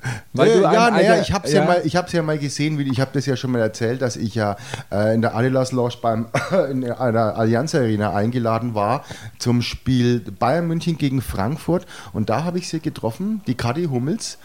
Äh,
du ein
ja, naja,
alter-
ich habe es ja. mal, ich hab's ja mal gesehen, wie ich habe das ja schon mal erzählt, dass ich ja äh, in der Adidas Lounge beim in einer Allianz Arena eingeladen war zum Spiel Bayern München gegen Frankfurt und da habe ich sie getroffen, die Kadi Hummels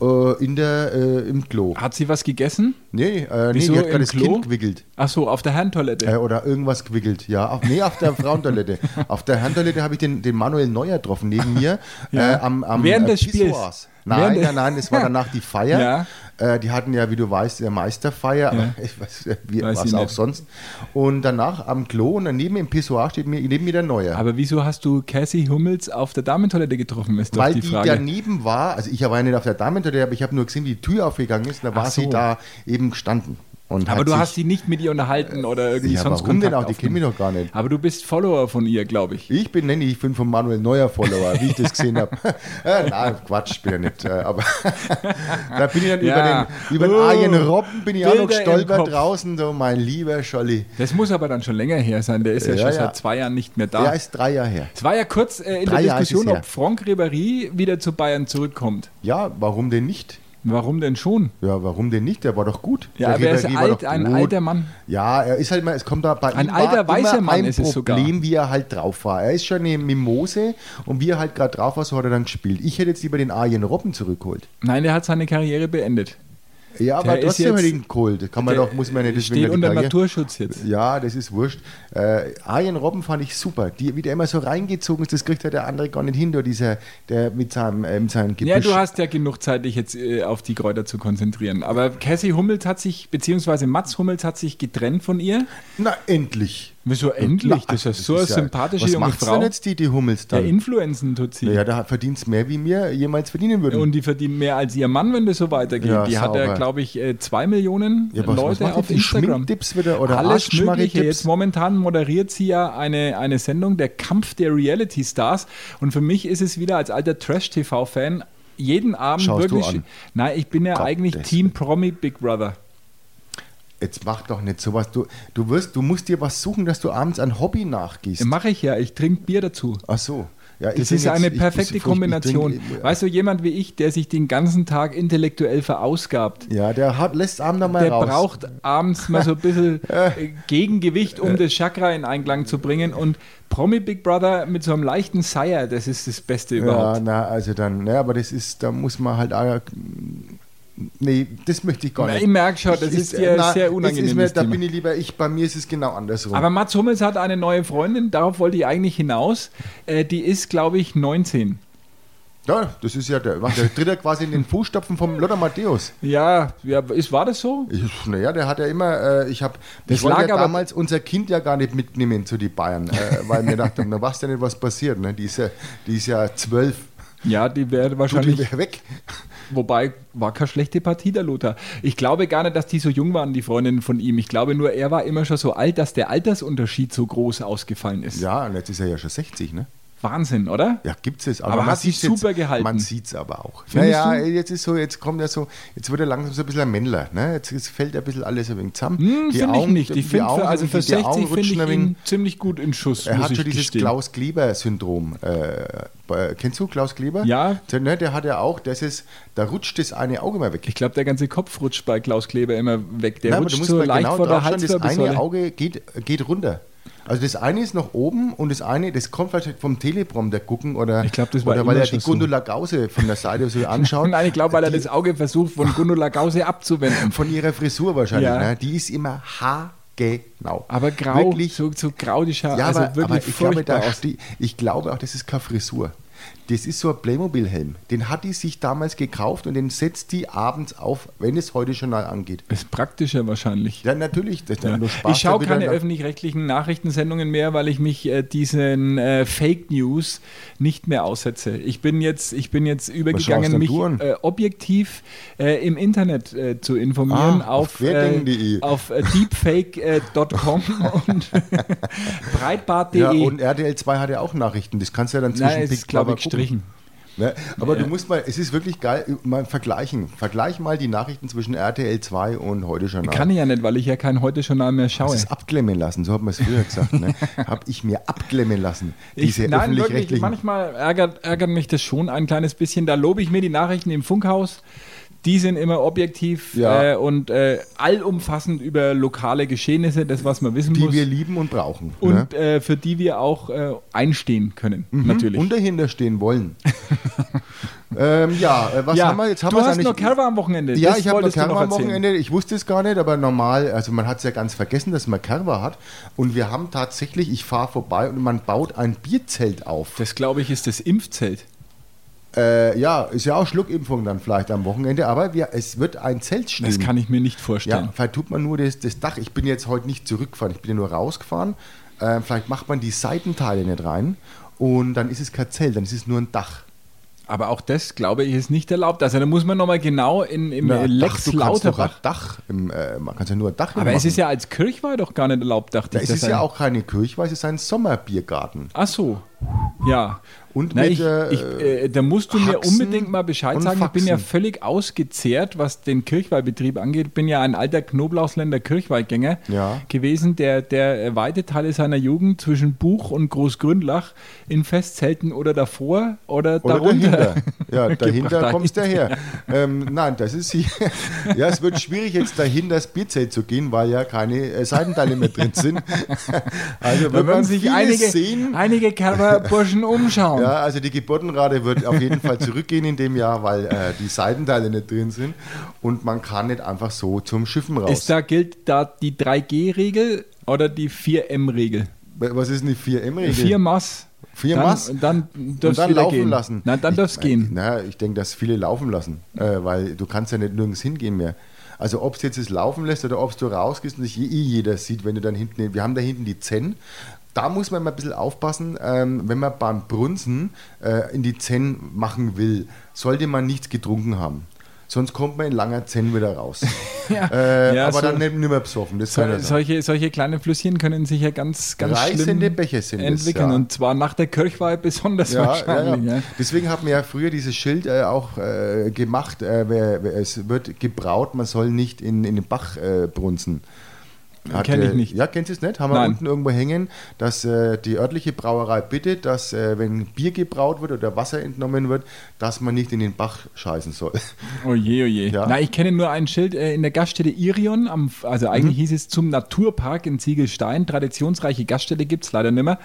äh, in der äh, im Klo.
Hat sie was gegessen?
Nee, äh, nee,
Wieso
die hat gerade
im
das
Klo?
Kind gewickelt.
Ach so, auf der Herrentoilette.
Äh, oder irgendwas gewickelt, ja. Auf, nee, auf der Frauentoilette. auf der Herrentoilette habe ich den, den Manuel Neuer getroffen, neben mir.
Ja.
Äh, am, am,
Während
äh,
des Spiels.
Pissoirs. Nein,
Während
nein,
des-
nein, es war danach die Feier. Äh, die hatten ja, wie du weißt, äh, Meisterfeier, aber ich weiß, äh, wie,
Weiß
was
ich
auch
nicht.
sonst. Und danach am Klo und daneben im Pissoir steht mir, neben mir der Neuer.
Aber wieso hast du Cassie Hummels auf der Damentoilette getroffen, ist doch
Weil
die
die,
Frage.
daneben war, also ich war ja nicht auf der Damentoilette, aber ich habe nur gesehen, wie die Tür aufgegangen ist, und da war
Ach so.
sie da eben gestanden. Und
Aber
hat
du
sich-
hast sie nicht mit ihr unterhalten oder irgendwie
Ja,
sonst
warum denn
Kontakt
auch? Die kennen mich
aufgenommen.
doch gar nicht.
Aber du bist Follower von ihr, glaube ich.
Ich bin, nenne ich, bin von Manuel Neuer Follower, wie ich das gesehen habe. äh, nein, Quatsch, ich bin ja nicht. Äh, aber da bin ich dann
Ja.
über den, über den
Oh,
Arjen Robben bin ich auch noch
Bilder im
gestolpert
Kopf.
draußen, so mein lieber Scholli.
Das muss aber dann schon länger her sein. Der ist ja,
Ja,
schon
ja.
seit zwei Jahren nicht mehr da.
Der ist drei Jahre her.
Es war ja kurz äh, in
Drei
der
Jahre ist
Diskussion,
es her.
ob Franck Ribéry wieder zu Bayern zurückkommt.
Ja, warum denn nicht?
Warum denn schon?
Ja, warum denn nicht? Der war doch gut.
Ja,
der
aber er ist
Ribéry
alt, ein alter Mann.
Ja, er ist halt immer, es kommt da bei
Ein
ihm
alter,
war
weißer
immer
Mann
ein
ist es sogar.
Problem, wie er halt drauf war. Er ist schon eine Mimose und wie er halt gerade drauf war, so hat er dann gespielt. Ich hätte jetzt lieber den Arjen Robben zurückgeholt.
Nein, der hat seine Karriere beendet.
Ja,
Der
aber
ist
trotzdem
jetzt-
hätte ich ihn geholt. Kann man
Der
doch, muss man ja nicht deswegen
Steht
die
unter
Karriere-
Naturschutz jetzt.
Ja, das ist wurscht. Äh, Arjen Robben fand ich super. Die, wie der immer so reingezogen ist, das kriegt halt der andere gar nicht hin, da dieser, der mit seinem, äh, mit seinem Gebüsch.
Ja, du hast ja genug Zeit, dich jetzt äh, auf die Kräuter zu konzentrieren. Aber Cassie Hummels hat sich, beziehungsweise Mats Hummels hat sich getrennt von ihr.
Na, endlich.
Wieso endlich?
Na,
das ist ja so eine sympathische
was
junge
macht's denn
Frau.
jetzt die, die Hummels
Der
dann?
Influenzen tut sie.
Ja, da verdient mehr, wie mir jemals verdienen würden.
Und die verdient mehr als ihr Mann, wenn das so weitergeht.
Ja,
die hat ja,
sauber.
glaube ich, äh, zwei Millionen
Ja, aber was- was
Leute
macht die?
auf
Die
Instagram.
Schminktipps wieder oder
Alles
Arschmarri-Tipps?
Mögliche. Jetzt momentan moderiert sie ja eine, eine Sendung, der Kampf der Reality Stars. Und für mich ist es wieder als alter Trash-TV-Fan jeden Abend
Schaust du
wirklich.
an?
Nein, ich bin ja
Gott,
eigentlich
das-
Team Promi Big Brother.
jetzt mach doch nicht sowas. Du, du, wirst, du musst dir was suchen, dass du abends ein Hobby nachgehst.
Mache ich ja. Ich trinke Bier dazu.
Ach so. Ja, ich
Das
bin
ist eine
jetzt- ich-
perfekte
ich- ich-
Kombination.
Ich, ich,
weißt du, jemand wie ich, der sich den ganzen Tag intellektuell verausgabt,
ja, der hat, lässt abends dann mal
Der
raus.
braucht abends mal so ein bisschen äh, Gegengewicht, um das Chakra in Einklang zu bringen. Und Promi Big Brother mit so einem leichten Sire, das ist das Beste
Ja,
überhaupt.
na, also dann, ne, aber das ist, da muss man halt auch, nee, das möchte ich gar
Na,
nicht. äh,
ich merk schon, das ist dir
na,
sehr
das
unangenehm,
Ist mir,
das
da
Thema.
bin ich lieber, ich, bei mir ist es genau andersrum.
Aber Mats Hummels hat eine neue Freundin, darauf wollte ich eigentlich hinaus. Äh, die ist, glaube ich, 19.
Ja, das ist ja der, der tritt ja quasi in den Fußstapfen vom Lothar Matthäus.
Ja, ja ist, war das so?
Ich- Naja, der hat ja immer, äh, ich habe,
Das
ich wollte
lag
ja
aber-
damals unser Kind ja gar nicht mitnehmen zu die Bayern, äh, weil mir dachte, na was denn nicht, was passiert, ne? Die ist ja, die ist ja zwölf,
Ja, die wäre
du, die
wahrscheinlich
wär weg.
Wobei war keine schlechte Partie der Lothar. Ich glaube gar nicht, dass die so jung waren, die Freundinnen von ihm. Ich glaube nur, er war immer schon so alt, dass der Altersunterschied so groß ausgefallen ist.
Ja, und jetzt ist er ja schon 60, ne?
Wahnsinn, oder?
Ja, gibt's es.
Aber
man
hat sich
sieht's jetzt-
super gehalten.
Man sieht es aber auch.
Findest
naja,
du?
jetzt ist so, jetzt kommt ja so, jetzt wird er langsam so ein bisschen ein Männler. Ne? Jetzt, jetzt fällt ein bisschen alles ein wenig zusammen.
Hm,
Die
finde ich
Augen-
nicht. Ich
die
finde,
Augen-
für, also für
die- die Augen
60 finde ich
rutschen ein wenig-
ihn ziemlich gut in Schuss.
Er
muss
hat
ich
schon dieses
gestehen.
Klaus Kleber-Syndrom. Äh, bei- kennst du Klaus Kleber?
Ja.
Der, ne, der hat ja auch, das ist, da rutscht das eine Auge mal weg.
Ich glaube, der ganze Kopf rutscht bei Klaus Kleber immer weg. Der
Nein, aber
rutscht so
mal genau
leicht vor der
drauf schauen, Das eine
Halswirbelsäule.
Auge geht, geht runter. Also das eine ist nach oben und das eine, das kommt vielleicht vom Teleprompter gucken oder,
Ich glaub, das war
oder weil
immer
er die
schon so.
Gundula Gause von der Seite so anschaut.
Nein, ich glaube, weil er
Die-
das Auge versucht, von Gundula Gause abzuwenden.
Ähm, Von ihrer Frisur wahrscheinlich,
Ja.
ne? Die ist immer haargenau.
Aber grau,
Wirklich,
so, so grau die Scha
ja,
also
aber,
wirklich
aber ich, glaube,
furchtbar
da
aus.
ste- ich glaube auch, das ist keine Frisur. Das ist so ein Playmobil-Helm. Den hat die sich damals gekauft und den setzt die abends auf, wenn es heute schon mal angeht.
Ist praktischer wahrscheinlich.
Ja, natürlich. Das ist ja. nur Spaß,
Ich schaue
da
keine
wieder-
öffentlich-rechtlichen Nachrichtensendungen mehr, weil ich mich äh, diesen äh, Fake News nicht mehr aussetze. Ich bin jetzt, ich bin jetzt
schaust
übergegangen,
denn
mich
du an?
äh, objektiv äh, im Internet äh, zu informieren
Ah,
auf,
auf querdenken.de.
äh, auf äh, deepfake.com und breitbart.de.
Ja, und RTL 2 hat ja auch Nachrichten. Das kannst du ja dann zwischen
Nein, es ist, glaube ich, gestrichen.
Ne? Aber du musst mal, es ist wirklich geil, mal vergleichen. Vergleich mal die Nachrichten zwischen RTL 2 und heute schon.
Kann ich ja nicht, weil ich ja kein Heute-Journal mehr
Das
schaue.
ist abklemmen lassen, so hat man es früher gesagt. Ne? Habe ich mir abklemmen lassen,
Ich,
diese
nein, wirklich,
öffentlich-rechtlichen.
manchmal ärgert, ärgert mich das schon ein kleines bisschen. Da lobe ich mir die Nachrichten im Funkhaus. Die sind immer objektiv
Ja.
äh, und äh, allumfassend über lokale Geschehnisse, das, was man wissen
die
muss.
wir lieben und brauchen. ne?
und äh, für die wir auch äh, einstehen können, natürlich.
Mhm. und dahinter stehen wollen. ähm, ja, äh, was
ja,
haben wir jetzt? Haben
du
wir's
hast
eigentlich-
noch Kerber am Wochenende.
Ja,
Äh, Das
ich habe noch
wolltest du
Kerwa am
erzählen.
Wochenende. Ich wusste es gar nicht, aber normal, also man hat es ja ganz vergessen, dass man Kerwa hat. Und wir haben tatsächlich, ich fahre vorbei und man baut ein Bierzelt auf.
Das, glaube ich, ist das Impfzelt.
Äh, ja, ist ja auch Schluckimpfung dann vielleicht am Wochenende, aber wir, es wird ein Zelt stehen.
Das kann ich mir nicht
Ja,
vorstellen.
vielleicht tut man nur das, das Dach. Ich bin jetzt heute nicht zurückgefahren, ich bin ja nur rausgefahren. Äh, vielleicht macht man die Seitenteile nicht rein und dann ist es kein Zelt, dann ist es nur ein Dach.
Aber auch das, glaube ich, ist nicht erlaubt. Also da muss man nochmal genau in, im
Na,
äh, Lex
Dach, du kannst doch ein
Lauterbach.
Dach, im, äh, man kann ja nur ein Dach
Aber
machen.
es ist ja als Kirchweih doch gar nicht erlaubt, dachte
Da
ich.
ist
dass
es ja
ein-
auch keine Kirche, weil es ist ein Sommerbiergarten.
Ach so. Ja.
Und
Na,
mit,
ich,
äh,
ich, äh, da musst du mir
Haxen
unbedingt mal Bescheid
und
sagen. Ich bin ja
Faxen.
völlig ausgezehrt, was den Kirchweihbetrieb angeht. Bin ja ein alter Knoblauchsländer Kirchweihgänger
Ja.
gewesen, der, der äh, weite Teile seiner Jugend zwischen Buch und Großgründlach in Festzelten oder davor oder,
Oder
darunter.
dahinter. Ja, dahinter
Gebracht
kommst du daher. Ähm, nein, das ist hier. Ja, es wird schwierig, jetzt dahinter das Bierzelt zu gehen, weil ja keine äh, Seitenteile mehr drin sind. Also
Da
wird man
würden sich
sich
einige,
einiges sehen.
einige Kerberburschen umschauen.
Ja, also die Geburtenrate wird auf jeden Fall zurückgehen in dem Jahr, weil äh, die Seitenteile nicht drin sind und man kann nicht einfach so zum Schiffen raus.
Ist da gilt da die 3G-Regel oder die 4M-Regel?
Was ist eine 4M-Regel?
Vier Mass.
Vier
dann,
Mass?
Dann
Und
darfst
dann
wieder
laufen
gehen.
lassen.
Na, dann
Ich-
darf's gehen.
Na, ich denke, dass viele laufen lassen, äh, weil du kannst ja nicht nirgends hingehen mehr. Also ob es jetzt das Laufen lässt oder ob es du rausgehst und dich eh jeder sieht, wenn du dann hinten, wir haben da hinten die Zen, da muss man mal ein bisschen aufpassen, ähm, wenn man beim Brunzen äh, in die Zen machen will, sollte man nichts getrunken haben. Sonst kommt man in langer Zen wieder raus.
Ja.
Äh,
Ja, so-
aber dann nicht mehr besoffen. Das kann ja
So,
sein.
solche, solche kleinen Flüsschen können sich ja ganz, ganz
Reißende
schlimm
Bäche sind es,
entwickeln.
ja.
Und zwar nach der Kirchweih besonders
Ja, ja,
wahrscheinlich.
ja.
Ja.
Deswegen hat man ja früher dieses Schild äh, auch äh, gemacht, äh, wer, wer, es wird gebraut, man soll nicht in, in den Bach äh, brunzen. Hat,
Kenn ich
äh,
nicht.
Ja, kennst du es nicht? Haben wir
Nein.
unten irgendwo hängen, dass äh, die örtliche Brauerei bittet, dass äh, wenn Bier gebraut wird oder Wasser entnommen wird, dass man nicht in den Bach scheißen soll.
Oh je, oh je.
Ja.
Na, ich kenne nur ein Schild äh, in der Gaststätte Irion, am,
Mhm.
also eigentlich hieß es zum Naturpark in Ziegelstein. Traditionsreiche Gaststätte gibt es leider nicht mehr.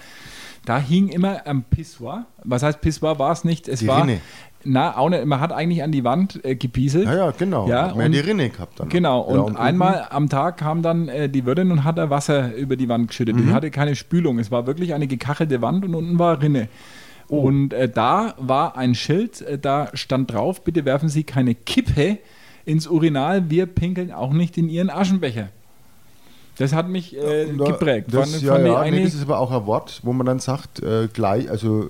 Da hing immer am Pissoir. Was heißt Pissoir war es nicht? Es
Die
war.
Rinne.
Na, auch nicht, man hat eigentlich an die Wand äh, gepieselt.
Ja, ja, genau.
Ja,
hat man
und-
ja die Rinne gehabt dann.
Genau,
Ja,
und
unten-
einmal am Tag kam dann äh, die Wirtin und hat da
Mhm.
Wasser über die Wand geschüttet. Die hatte keine Spülung, es war wirklich eine gekachelte Wand und unten war Rinne.
Oh.
Und äh, da war ein Schild, äh, da stand drauf, bitte werfen Sie keine Kippe ins Urinal, wir pinkeln auch nicht in Ihren Aschenbecher. Das hat mich äh,
Und da-
geprägt.
Das,
Fand-
ja,
fand ich
ja, nee,
eine-
das ist aber auch ein Wort, wo man dann sagt, äh, gleich, also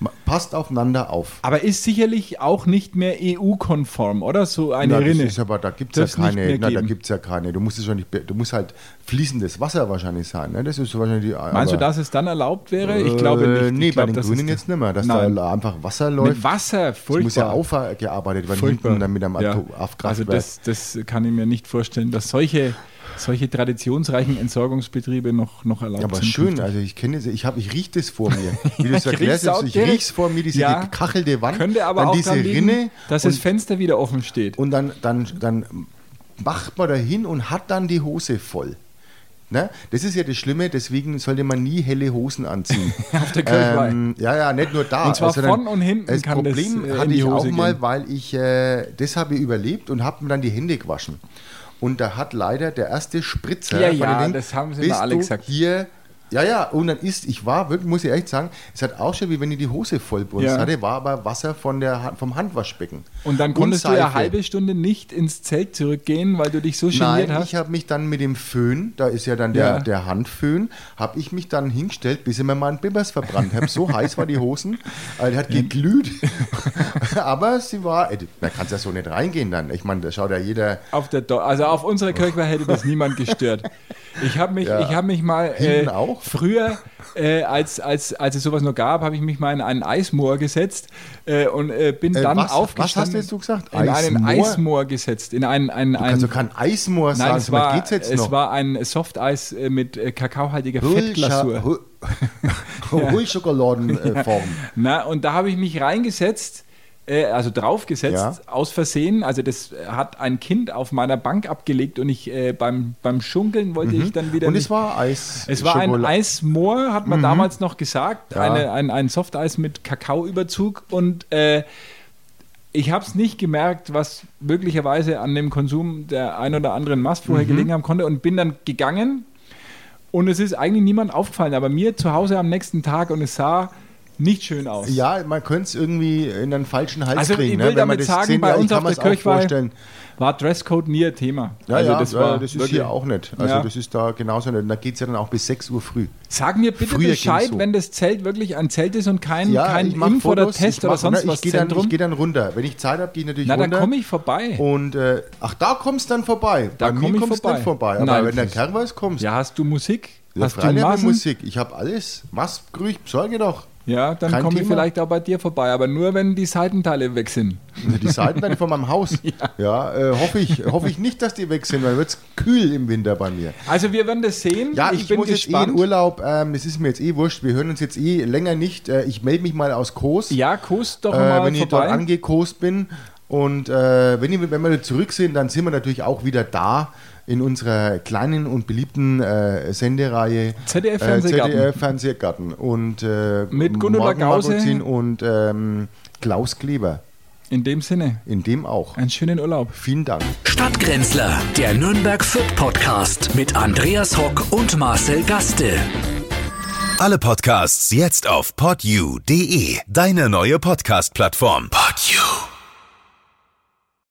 ma- passt aufeinander auf.
aber ist sicherlich auch nicht mehr EU-konform, oder? So eine
Na,
Rinne.
Das ist aber, da gibt es
Darf's
ja
nicht
keine.
mehr
Na, da
geben.
gibt's ja keine. Du musst es ja nicht, be- du musst halt fließendes Wasser wahrscheinlich sein. Ne? Das ist wahrscheinlich die,
Meinst du,
aber-
dass es dann erlaubt wäre? Ich glaube nicht.
Äh,
Ich
Nee,
glaub,
bei den
das ist-
Grünen jetzt nicht mehr, dass
Nein.
da einfach Wasser läuft.
Mit Wasser, furchtbar.
Das muss ja aufgearbeitet werden,
Furchtbar.
hinten dann mit einem
ja.
Atom-
Also
Kraftwerk.
das, das kann ich mir nicht vorstellen, dass solche, solche traditionsreichen Entsorgungsbetriebe noch, noch erlaubt
Ja, aber
sind.
schön, also ich kenne das, ich habe, ich rieche das vor mir. Wie du
Ich riech's
es erklärst,
auch
hast, ich
direkt.
rieche es vor mir, diese
Ja.
gekachelte Wand,
Könnte aber
dann
auch
diese
daran liegen,
Rinne
dass das
und,
Fenster wieder offen steht.
und dann, dann, dann macht man da hin und hat dann die Hose voll. Ne? Das ist ja das Schlimme, deswegen sollte man nie helle Hosen anziehen. Ähm,
Auf der Kirchweih.
ja, ja, nicht nur da.
Und zwar
sondern
von und hinten
Das
kann das,
Problem
äh, in
hatte
die
ich auch
Hose
mal,
gehen.
weil ich, äh, das habe ich überlebt und habe mir dann die Hände gewaschen. Und da hat leider der erste Spritzer.
Ja,
von
ja,
den Händen,
das haben sie
bist
immer alle
du
gesagt.
Hier, ja, ja, und dann ist, ich war wirklich, muss ich echt sagen, es hat auch schon wie wenn ich die Hose vollbrunst
Ja.
hatte, war aber Wasser von der, Ha- vom Handwaschbecken.
Und dann konntest du
Seife.
ja halbe Stunde nicht ins Zelt zurückgehen, weil du dich so geniert
Nein,
hast.
ich habe mich dann mit dem Föhn, da ist ja dann der,
Ja.
der Handföhn, habe ich mich dann hingestellt, bis ich mir meinen Bimbers verbrannt habe. So heiß war die Hosen, also, die hat geglüht. Aber sie war, ey, da kannst ja so nicht reingehen dann. Ich meine, da schaut ja jeder
Auf der Do also auf unserer Kirchweih hätte das niemand gestört. Ich habe mich,
Oh. Ja.
ich habe mich mal äh,
Hinten auch?
früher, äh, als, als, als es sowas noch gab, habe ich mich mal in einen Eismoor gesetzt äh, und äh, bin
Äh,
dann
was- was
aufgestanden.
hast du jetzt so gesagt?
In einen
Eismoor?
Eismoor gesetzt, in einen, einen, einen
also kein Eismoor
Nein,
sagen.
es
sag mal,
war,
geht's jetzt
es
noch?
war ein Softeis äh, mit äh, kakaohaltiger Fettglasur.
Hul- Hohlschokoladenform.
Na, und da habe ich mich reingesetzt, äh, also draufgesetzt,
Ja.
aus Versehen. Also das äh, hat ein Kind auf meiner Bank abgelegt und ich äh, beim, beim Schunkeln wollte ich dann wieder
Mhm. Und
nicht.
es war Eis.
es war ein
Schokola-
Eismoor, hat man damals noch gesagt.
Ja.
Eine, ein, ein Softeis mit Kakaoüberzug. Und äh, ich habe es nicht gemerkt, was möglicherweise an dem Konsum der ein oder anderen Mast vorher
Mhm.
gelegen haben konnte. Und bin dann gegangen. Und es ist eigentlich niemand aufgefallen, aber mir zu Hause am nächsten Tag und es sah nicht schön aus.
Ja, man könnte es irgendwie in einen falschen Hals
Also ich
kriegen.
will
ne? Wenn man
damit
das
sagen,
sehen-
bei
ja, ich
uns
kann
auf der
mir's auch
Kirchweih
vorstellen.
war Dresscode nie ein Thema. Also,
Ja, ja, Also das,
war
das ist
wirklich-
hier auch nicht. Also
Ja.
das ist da genauso nicht. Und Da geht es ja dann auch bis 6 Uhr früh.
Sag mir bitte
Früher ging's
Bescheid,
so.
wenn das Zelt wirklich ein Zelt ist und kein,
Ja,
kein
ich mach
Impf- oder
Fotos,
Test
ich mach-
oder sonst
ne,
was
Ich gehe dann, ich
Zentrum.
geh dann runter. Wenn ich Zeit habe, gehe ich natürlich
Na, da
runter.
komme ich vorbei.
Und, äh, ach, da kommst dann vorbei.
Da komm ich
kommst
vorbei.
nicht vorbei. Aber
Nein,
wenn der
das-
Kerl weiß, kommst
Ja, hast du Musik?
Ja,
hast du
freilich hab ich
Massen?
Musik. Ich habe alles. Was grüß, sorge doch.
Ja, dann
Kein
komme ich
Thema.
vielleicht auch bei dir vorbei, aber nur, wenn die Seitenteile weg sind.
Also Die Seitenwände von meinem Haus. Ja, äh, hoffe ich, hoffe ich nicht, dass die weg sind, weil wird es kühl im Winter bei mir.
Also wir werden das sehen.
Ja,
ich,
ich,
bin
muss jetzt eh
gespannt.
in Urlaub. Ähm, das ist mir jetzt eh wurscht. Wir hören uns jetzt eh länger nicht. Äh, ich melde mich mal aus Kos.
ja, Kost doch
äh,
mal
wenn ich dort
vorbei.
angekost bin. Und äh, wenn, ich, wenn wir zurück sind, dann sind wir natürlich auch wieder da in unserer kleinen und beliebten äh, Sendereihe
ZDF
Äh,
Fernsehgarten.
ZDF Fernsehgarten. Und äh,
Mit Gundula Gause.
Magazin und ähm, Klaus Kleber.
In dem Sinne,
In dem auch.
einen schönen Urlaub.
Vielen Dank.
Stadtgrenzler, der Nürnberg Fürth Podcast mit Andreas Hock und Marcel Gaste.
Alle Podcasts jetzt auf podyou.de, deine neue Podcast-Plattform. Podyou.